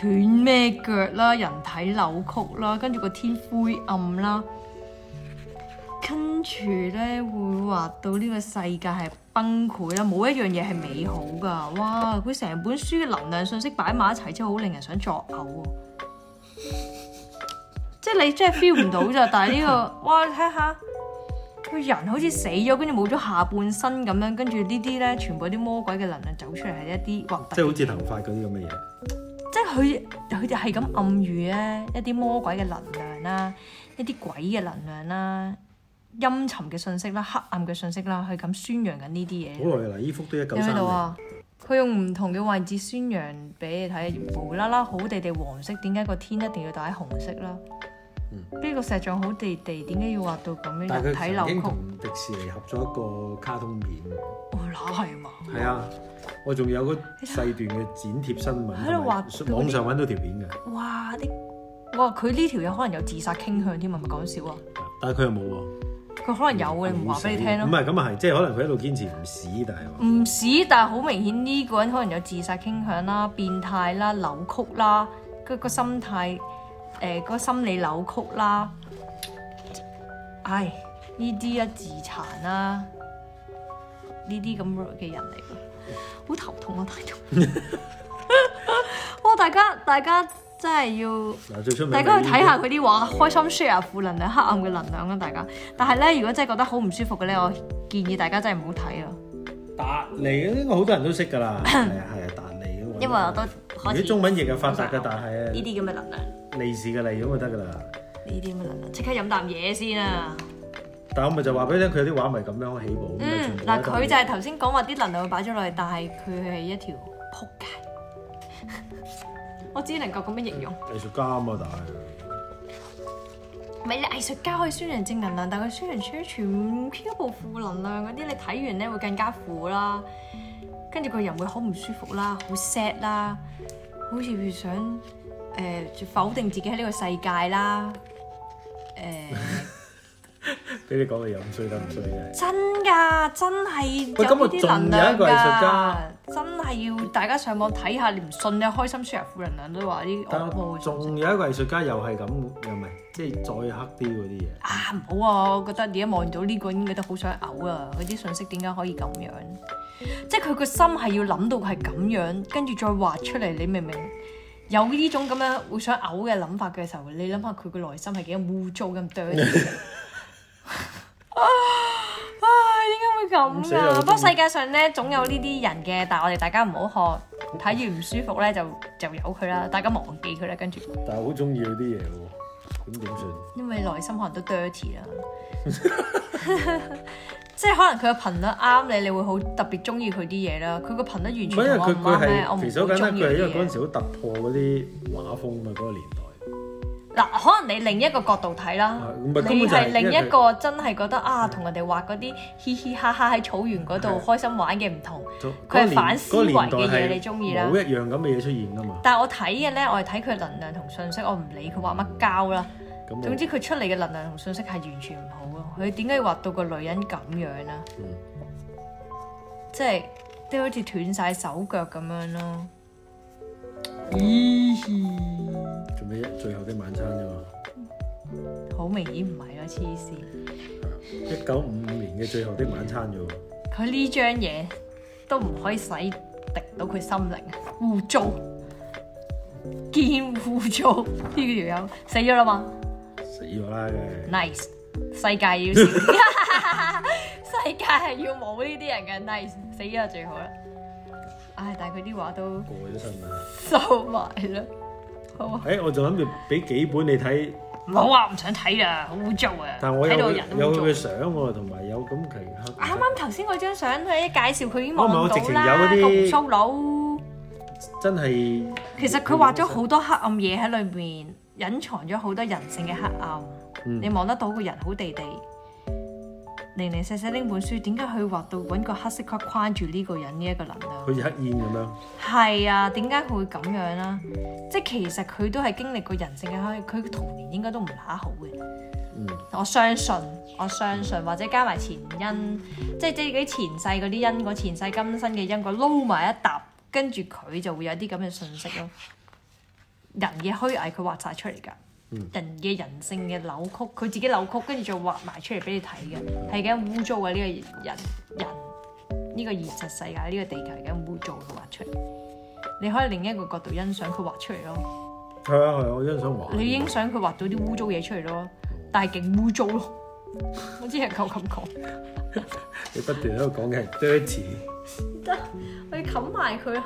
斷咩腳啦、人體扭曲啦，跟住個天灰暗啦，跟住咧會畫到呢個世界係崩潰啦，冇一樣嘢係美好噶。哇！佢成本書嘅能量信息擺埋一齊，真係好令人想作嘔喎。即係你真係 feel 唔到咋，但係呢、
<laughs>
個哇，你睇下個人好似死咗，跟住冇咗下半身咁樣，跟住呢啲咧全部啲魔鬼嘅能量走出嚟係一啲核突
即係好似頭髮嗰啲咁嘅嘢。
即係佢佢哋係咁暗喻咧一啲魔鬼嘅能量啦，一啲鬼嘅能量啦，陰沉嘅信息啦，黑暗嘅信息啦，佢咁宣揚緊呢啲嘢。
好耐啦，依幅都一九
你睇
三
到
年。
啊？佢用唔同嘅位置宣揚俾你睇，無啦啦好地地黃色，點解個天一定要打紅色啦？呢、個石像好地地，點解要畫到咁樣
嗯但
人
係
體
佢曾
扭
經
曲？
同迪士尼合咗一個卡通片，
哦，嗱係嘛？
係啊，我仲有嗰細段嘅剪貼新
喺度畫
聞，網上揾到條片嘅，
哇！啲哇佢呢條友可能有自殺傾向添啊，係咪講笑啊？
但係佢又冇喎，
佢可能有
嗯
嘅，你唔話俾你聽咯
唔。係咁啊係，即係可能佢一路堅持唔屎，但係話
唔屎，但係好明顯呢個人可能有自殺傾向啦、變態啦、扭曲啦，個個心態誒、呃個心理扭曲啦，唉，呢啲啊自殘啦，呢啲咁嘅人嚟㗎，好頭痛啊！睇到，哇！大家大家真係要〜
嗱最出名
大
係呢
家
啲，
去睇下佢啲畫，開心 share 負能量、黑暗嘅能量啊啦，大家。但係咧，如果真係覺得好唔舒服嘅咧，我建議大家真係唔好睇啊啦。
達利呢個好多人都識㗎
<laughs>
啦，係啊係啊達利嗰
因
個
為我都
如
開
果
始
中文譯嘅發達嘅，
呢
但係
啲咁嘅能量，呢
利是嘅利咁就得㗎啦。
啲咁嘅能量，即刻飲啖嘢先啊！
但我咪就話俾你聽，佢有啲畫咪咁樣起步，咁咪全
嗯，
部
嗱，
都
佢
係
就係頭先講話啲能量會擺咗落去，但係佢係一條撲街。 <laughs> 我只能夠咁樣形容，
藝術家啊嘛，但係。嗯
唔係你藝術家可以宣揚正能量，但係佢宣揚出全漂部負能量嗰啲，你睇完咧會更加苦啦，跟住個人會好唔舒服啦，好 sad 啦，好似想誒、呃否定自己喺呢個世界啦，誒、
俾你講嘅又唔衰得唔衰嘅，
真㗎，真係有
喂咁我啊
呢啲
仲
能
有
量
一個藝術
㗎
家，
真係要大家上網睇下，你唔信你開心 share 負能量都話啲
但
惡魔嘅信息
仲有一個藝術家又係咁，又唔係即係再黑啲嗰啲嘢，
啊唔好啊！我覺得而家望到呢個人，覺得好想嘔啊！嗰啲信息點解可以咁樣？即係佢個心係要諗到係咁樣，跟住再畫出嚟，你明唔明？有呢種咁樣會想嘔嘅諗法嘅時候，你諗下佢個內心係幾咁污糟咁 dirty 啊！唉點解會
咁
咁
死啦
啊？不過世界上咧總有呢啲人嘅，但係我哋大家唔好學，睇完唔舒服咧就就由佢啦，大家忘記佢啦，跟住。
但係好中意嗰啲嘢喎，咁點算？
因為內心可能都 dirty 啦， <laughs> 即係可能佢嘅頻率啱你，你會好特別中意佢啲嘢啦。佢個頻率完
唔係因為
全同我嗯唔
佢佢
啱咧，我唔
係，
會
其實好簡單，
中意
佢係因為
佢啲
嗰陣
嘢。
時好突破嗰啲畫風啊嘛，嗰個年代。
嗱，可能你另一個角度睇啦
啊，唔
你
係根本就係
係另一個真係覺得啊，同人哋畫嗰啲嘻嘻哈哈喺草原嗰度
係
開心玩嘅唔同。
嗰個
佢係
年
反思維嘅嘢
嗰個年代係
你中意啦
冇一樣咁嘅嘢出現㗎嘛。
但係我睇嘅咧，我係睇佢能量同信息，我唔理佢畫乜膠啦。
咁啊我
總之佢出嚟嘅能量同信息係完全唔好咯。佢點解要畫到個女人咁樣啊？
嗯
即係都好似斷晒手腳咁樣咯。咦，
做咩啫？最後的晚餐啫嘛。
好明顯唔係咯，黐線。
一九五五年嘅最後的晚餐啫喎，
佢呢張嘢都唔可以洗滴到佢心靈啊，
嗯
污糟，堅污糟。呢條友死咗啦嘛
死咗啦嘅。
，nice。世界要少， <laughs> 世界係要冇呢啲人嘅 nice，死咗就最好啦。唉，但係佢啲話都
過咗身啦。
收埋啦，好啊。
誒，我就諗住俾幾本你睇。
唔好啊，唔想睇啦，好污糟啊！
但我
睇
有
到
佢
人
有
都
佢
污
嘅
糟。
相喎，同埋有咁其他。
啱啱頭先嗰張相佢一介紹，佢已經
哦唔係
望
我
到
直情
啦，
有
個
嗰啲
鬍鬚佬。
真係
其實佢畫咗好多黑暗嘢喺裏面，隱藏咗好多人性嘅黑暗。
嗯
你望得到個人好地地，零零細細拎本書，點解佢畫到揾個黑色框框住呢個人呢一個能量？
好似黑煙咁樣，
係啊，點解佢會咁樣啦？即係其實佢都係經歷過人性嘅黑暗，佢童年應該都唔乸好嘅。
嗯，
我相信，我相信，或者加埋前因，即係即係啲前世嗰啲因果、前世今生嘅因果撈埋一沓，跟住佢就會有啲咁嘅信息咯。人嘅虛偽，佢畫晒出嚟㗎。人嘅人性嘅扭曲，佢自己扭曲，跟住再畫埋出嚟俾你睇嘅，係嘅污糟嘅呢個人人呢、個現實世界呢、個地球係咁污糟嘅畫出嚟。你可以另一個角度欣賞佢畫出嚟咯，
係啊係啊，我欣賞華。
你欣賞佢畫到啲污糟嘢出嚟咯，但係勁污糟咯， <laughs> 我只係夠咁講。
你不斷喺度講嘅係 dirty，
得，我要冚埋佢啊！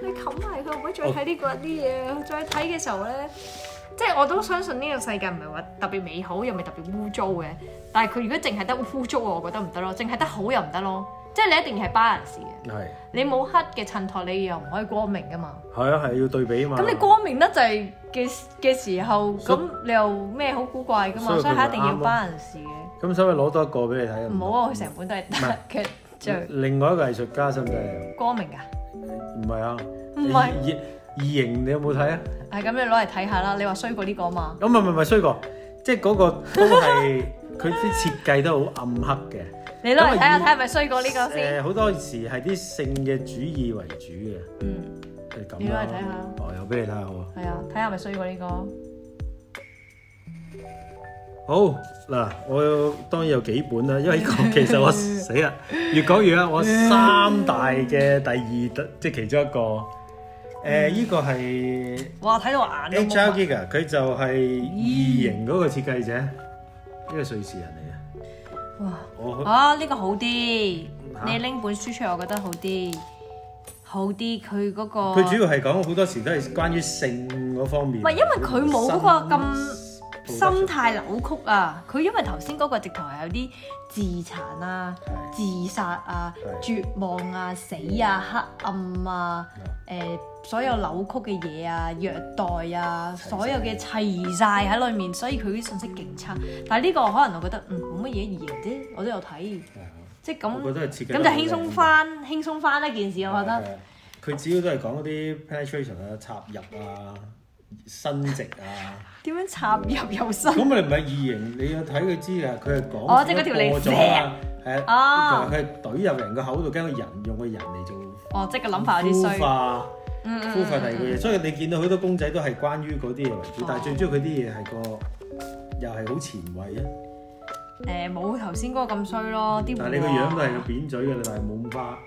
我要冚埋佢，唔好再睇呢個啲嘢。再睇嘅時候咧，即係我都相信呢個世界唔係話特別美好，又唔係特別污糟嘅。但係佢如果淨係得污糟，我覺得唔得咯；淨係得好又唔得咯。即係你一定要係 balance 嘅。
係
你冇黑嘅襯托，你又唔可以光明噶嘛。
係啊係要對比啊嘛。
咁你光明得滯嘅嘅時候，
所以
咁你又咩好古怪噶嘛？
所以佢
所以係一定要
咪啱咯
balance 嘅。
咁使唔使攞多一個俾你睇啊？
唔好啊！佢成本都係
唔係
得嘅，最
另外一個藝術家使唔使啊？
光明㗎。
唔係啊，
唔係
異異形你有冇睇啊？哦
係咁，你攞嚟睇下啦。你話衰過呢個嘛？
咁唔啊係唔係衰過，即係嗰個都係 <laughs> 佢啲設計都好暗黑嘅。
你攞嚟睇下
咁啊
睇係咪衰過呢個先。
誒好多時係啲性嘅主義為主嘅，
嗯，
係
你攞
咁啦。
嚟睇下
哦，有俾你睇下喎。
係啊，睇下係咪衰過呢個。
好嗱，我有當然有幾本啦，因為呢
<laughs>
個其實我死啦，越講越啊啦，我三大嘅第二即係其中一個。
嗯
誒，呢個係
哇，睇到眼都
H R à?
冇
Giger，佢就係異形嗰個設計者，呢個瑞士人嚟嘅。
埋。
我
哇，啊呢個好啲，你
嚇
拎本書出嚟，我覺得好啲，好啲。佢嗰個
佢主要係講好多時都係關於性嗰方面。
唔係因為佢冇嗰個咁
身
心態扭曲啊！佢因為頭先嗰個直頭係有啲自殘啊、
係
自殺啊、
係
絕望啊、死啊、黑暗啊、誒、所有扭曲嘅嘢啊、虐待啊，
齊晒
所有嘅齊晒喺裏面，所以佢啲信息勁差。但係呢個可能我覺得嗯冇乜嘢而啫，我都有睇，即係
我
咁
覺得係設計
咁就輕鬆翻，輕鬆翻一件事，我覺
係啊
得。。
佢主要都係講嗰啲 penetration 啊、插入啊、生殖啊。
點樣插入又 <laughs> 身？
咁咪唔係異形，你要睇佢知㗎。佢係講
哦即係嗰條脷
過咗啊，係啊
哦，
佢係懟入人個口度，驚個人用個人嚟做
哦，即係個諗法有啲
孵
衰。嗯
化、
嗯哦
孵化第二個嘢。所以你見到好多公仔都係關於嗰啲嘢為主，但係最主要佢啲嘢係個又係好前衞啊。
誒冇頭先嗰個咁衰咯，啲啊
但係你個
胡話
樣都係個扁嘴㗎啦，但係冇咁花。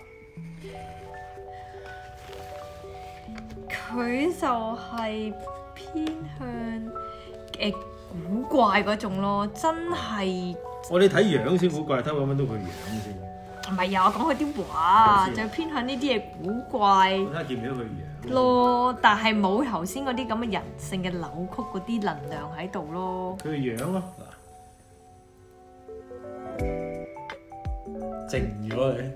佢就係偏向誒古怪嗰種咯，真係
我哋睇樣先好怪，睇下揾唔揾到佢樣先。
唔係啊？我講佢啲話
我知
就偏向呢啲嘢古怪
睇下見唔見到佢樣。
咯，但係冇頭先嗰啲咁嘅人性嘅扭曲嗰啲能量喺度咯。
佢個樣啊咯，嗱，靜咗你。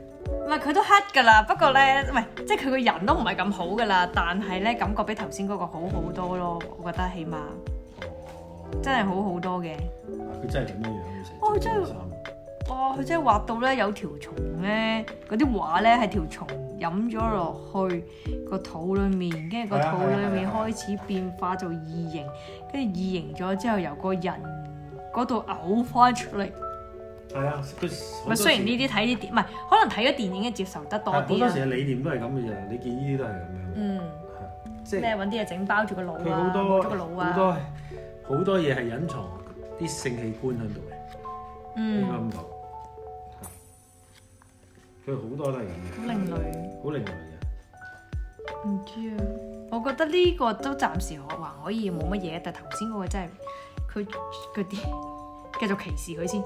唔係佢都黑㗎啦，不過咧，唔
嗯
係即係佢個人都唔係咁好㗎啦，但係咧感覺比頭先嗰個好好多咯，我覺得起碼真係好好多嘅。
哦啊佢真係咁樣樣嘅成。
哦真係哦哇！佢真係畫到咧有條蟲咧，嗰啲畫咧係條蟲飲咗落去個肚裡面，跟住個
係啊
肚
係啊
裡面
係啊
開始變化做異形，跟住異形咗之後由個人嗰度嘔翻出嚟。
係啊，佢
咪雖然呢啲睇啲電，唔係可能睇咗電影嘅接受得多
好多時
啲
好多時嘅
啦。
理念都係咁嘅啫，你見呢啲都係咁樣，
嗯，
係即
即
係
係揾啲嘢整包住個腦
佢好
啊，包
多
住個腦
好
啊。
多好多嘢係隱藏啲性器官喺度嘅，應
嗯，
該咁講。佢好多都係咁
好另類。
嘅，好另類嘅。
唔知啊，我覺得呢個都暫時可還可以冇乜嘢，但頭先嗰個真係佢嗰啲 <laughs> 繼續歧視佢先。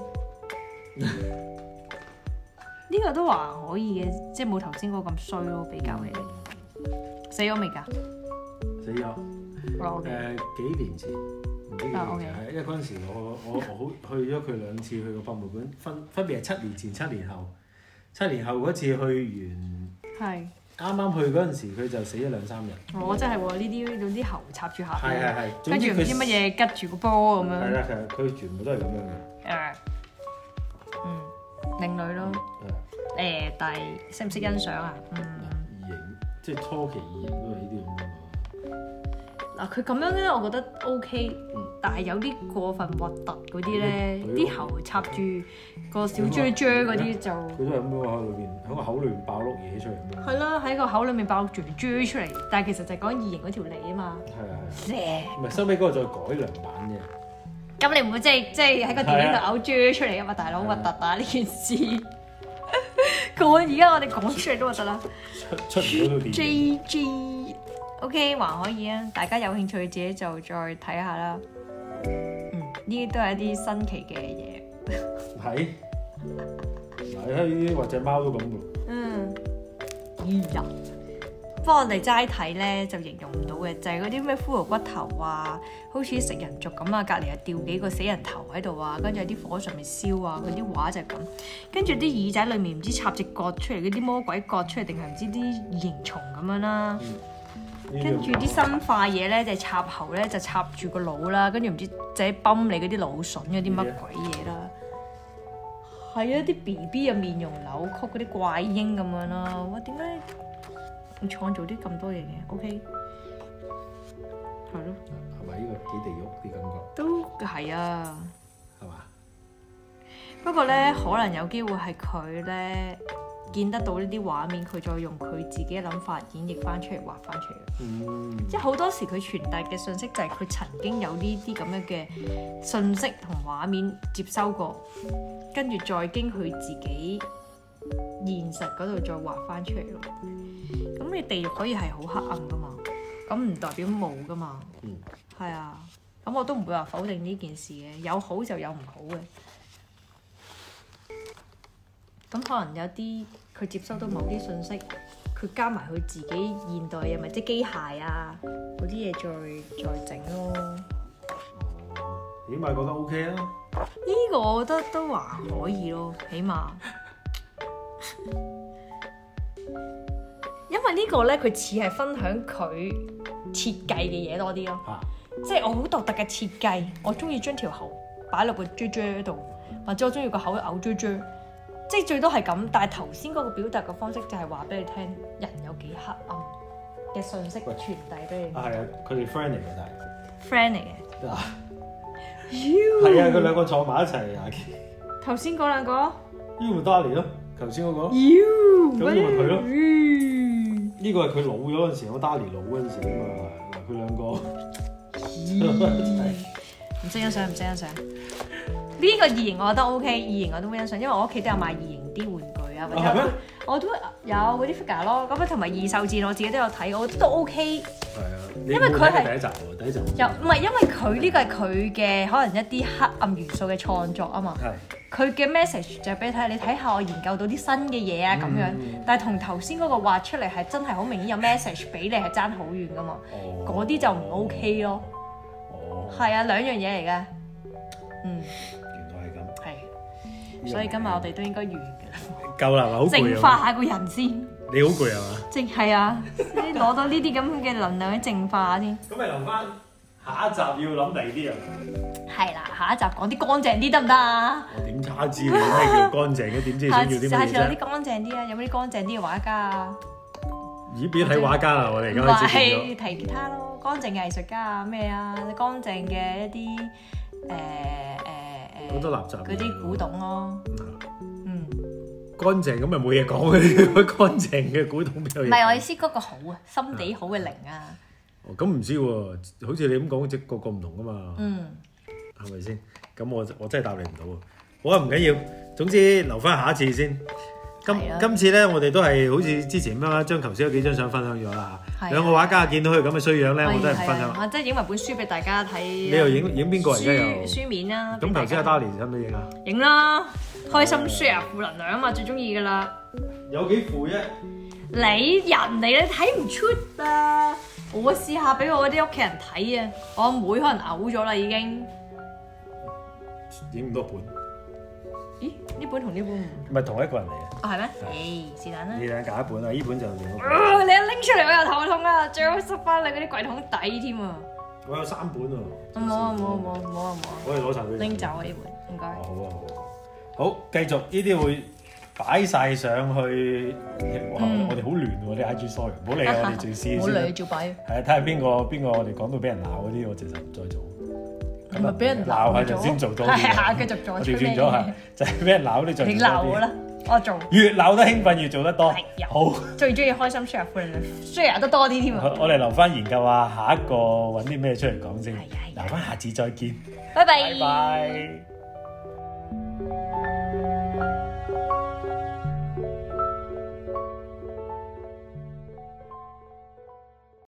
呢個都還可以嘅，即係冇頭先嗰個咁衰咯，比較起嚟。死咗未㗎？
死咗
好啦，OK。
誒幾年前，唔知幾
啊
年
，OK
前係因為嗰陣時我我我好去咗佢兩次去個博物館，分分別係七年前、七年後。七年後嗰次去完，
係，
啱啱去嗰陣時佢就死咗兩三日。
我真係喎，呢啲有啲喉插住下
係係
邊，
係，總
啊跟住
之
唔
佢
知乜嘢吉住個波咁
係
樣。
啦，係佢全部都係咁樣嘅。
誒，嗯，另類咯。誒，但係識唔識欣賞啊？嗯。
異形即係初期異形都係呢啲咁嘅嘛。
嗱，佢咁樣咧，我覺得 O K，
嗯
但係有啲過分核突嗰啲咧，
嗯
啲喉插住個小啫啫嗰啲就
佢都係咁樣喺裏邊，喺個口裏邊爆碌嘢出嚟咁樣。
係啦，喺個口裏面爆住啫出嚟，但係其實就係講異形嗰條脷啊嘛。
係啊係
咧
啊，唔係收尾嗰個再改良版嘅。
咁你唔會即係即係喺個電影度嘔豬出嚟啊嘛，大佬核突啊呢件事。 <laughs> 講而家我哋講出嚟都核突啦。
出出唔到套電影。
J J OK 還可以啊，大家有興趣自己就再睇下啦。嗯，呢啲都係一啲新奇嘅嘢。
係。嗱，你睇呢啲或者貓都咁嘅，
嗯，咦呀！不過我哋齋睇咧就形容唔到嘅，就係嗰啲咩骷髏骨頭啊，好似食人族咁啊，隔離又吊幾個死人頭喺度啊，跟住喺啲火上面燒啊，嗰啲畫就係咁。跟住啲耳仔裡面唔知插隻角出嚟，嗰啲魔鬼角出嚟，定係唔知啲異形蟲咁樣啦。
呢啊
跟住啲
生
生化嘢咧就係插喉咧就插住個腦啦，跟住唔知就係泵你嗰啲腦筍嗰啲乜鬼嘢啦。係啊，啲 B B 啊面容扭曲嗰啲怪嬰咁樣啦，哇點解要創造啲咁多嘢嘅？OK，係咯，
係咪呢個幾地獄啲感覺
都係啊。
係嘛？
不過咧，可能有機會係佢咧見得到呢啲畫面，佢再用佢自己嘅諗法演繹翻出嚟，畫翻出嚟。
嗯，
即係好多時佢傳達嘅信息就係佢曾經有呢啲咁樣嘅信息同畫面接收過，跟住再經佢自己現實嗰度再畫翻出嚟咯。咁你地獄可以係好黑暗噶嘛，咁唔代表冇噶嘛。
嗯，
係啊，咁我都唔會話否定呢件事嘅，有好就有唔好嘅。咁可能有啲佢接收到某啲信息，佢加埋佢自己現代嘅，咪即係機械啊嗰啲嘢再再整咯。呢
哦，起碼覺得 OK 啊。
個我覺得都還可以咯，起碼。因為呢個呢，佢似係分享佢設計嘅嘢多啲咯，
嚇，
即係我好獨特嘅設計，我中意將條喉擺落個啫啫度，或者我中意個口嘔啫啫，即係最多係咁。但係頭先嗰個表達嘅方式就係話俾你聽，人有幾黑暗嘅信息
喂
傳遞俾你
啊。係啊，佢哋 friend 嚟嘅，但係。
friend 嚟嘅。
啊，係啊，佢兩個坐埋一齊啊， <laughs>
頭先嗰兩個，
呢個咪 Darlie 咯，頭先嗰個咯，
妖
咁咪佢咯
嗯
呢個係佢老咗嗰陣時，我 Darlie 老嗰陣時啊嘛，嗱佢兩個
唔識欣賞，唔識欣賞。呢個異形我覺得 OK，異形我都欣賞，因為我屋企都有買異形啲玩具啊，或
啊
者
係咩
我都有嗰啲 figure 咯。咁啊，同埋異獸戰我自己都有睇，我覺得都 OK。
係啊，因
因為佢係
第一集喎，第一集
又唔係因為佢呢個係佢嘅可能一啲黑暗元素嘅創作啊嘛。
係
佢嘅 message 就係俾你睇，你睇下我研究到啲新嘅嘢啊咁樣。
嗯
但係同頭先嗰個畫出嚟係真係好明顯有 message 俾你係爭好遠噶嘛。
哦
嗰啲就唔 OK 咯。
哦，
係啊，兩樣嘢嚟嘅。嗯，
原來係咁，
係。
呢個
所以今日我哋都應該完㗎啦，
夠啦，好
淨
攰
化
啊，
下個人先。
你好攰啊嘛，
淨係啊，你攞到呢啲咁嘅能量去淨化下先。
咁咪留翻下一集要諗第二啲啊，
係啦，下一集講啲乾淨啲得唔得啊？
我點差知你咩叫乾淨嘅？點知你
下
想要
次
啲
下
乜
次
嘢
攞啲
啫？
乾淨啲啊，有冇啲乾淨啲嘅畫家啊？
咦，變咗睇畫家啦，我哋而
唔
家開始變咗
係提吉他咯，乾淨嘅藝術家啊，咩啊，乾淨嘅一啲誒誒誒
好多垃圾嘢
嗰啲古董咯，嗯，
乾淨咁咪冇嘢講 <laughs> 嘅，乾淨嘅古董邊有
唔
嘢講？
係我意思嗰個好啊，心地好嘅靈啊，
哦，咁唔知喎，好似你咁講，即個個唔同噶嘛，
嗯，
係咪先？咁我我真係答你唔到喎。好啊，唔緊要，總之留翻下一次先。今
係啊
今次咧，我哋都係好似之前咁樣啦，將頭先有幾張相分享咗啦
係啊
嚇。兩個畫家見到佢咁嘅衰樣咧，我都係唔
係啊
分
係啊
享。
我真係影埋本書俾大家睇啊，
你
你
又影影邊個啊而家又？
書面啦，俾
咁
大
頭先
家
阿 Darlie 使唔使影啊？
影啦，開心 share 負能量啊嘛，最中意噶啦。
有幾負啫？
你人嚟，你睇唔出啊！我試下俾我啲屋企人睇啊，我阿妹可能嘔咗啦已經。
影唔多本，
咦？呢本同呢本唔
唔係同一個人嚟嘅。
啊係咩？誒是但啦。
你兩揀一本啊，呢本就另一個。
啊你拎出嚟我又頭痛啊！最好塞翻你嗰啲櫃桶底添啊！
我有三本喎。
冇啊冇啊冇啊冇啊冇啊！
我哋攞晒佢。
拎走啊呢本，唔該。
好啊好啊，好，繼續呢啲會擺晒上去。哇！
嗯
我哋好亂喎啲 IG story，唔好
<laughs>
理啊，我哋最先
冇
先啦
理。照擺。
係啊，睇下邊個邊個我哋講到俾人鬧嗰啲，我直實唔再做。
係咪俾人
鬧下
咗
就先做多啲
係啊，
嘢？
繼續做
我
出
調轉
咩？
咗嚇，就係俾人
<laughs>
鬧你就
你
做
鬧我
多啲
啦，我做
越鬧得興奮越做得多
係。呀
好，
最中意開心 share 負能量，share 得多啲添啊！
我哋留翻研究下下一個揾啲咩出嚟講先
係呀係，呀
留翻下次再見，
拜
拜拜。